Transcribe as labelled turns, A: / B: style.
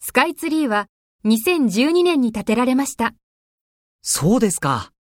A: スカイツリーは2012年に建てられました。
B: そうですか。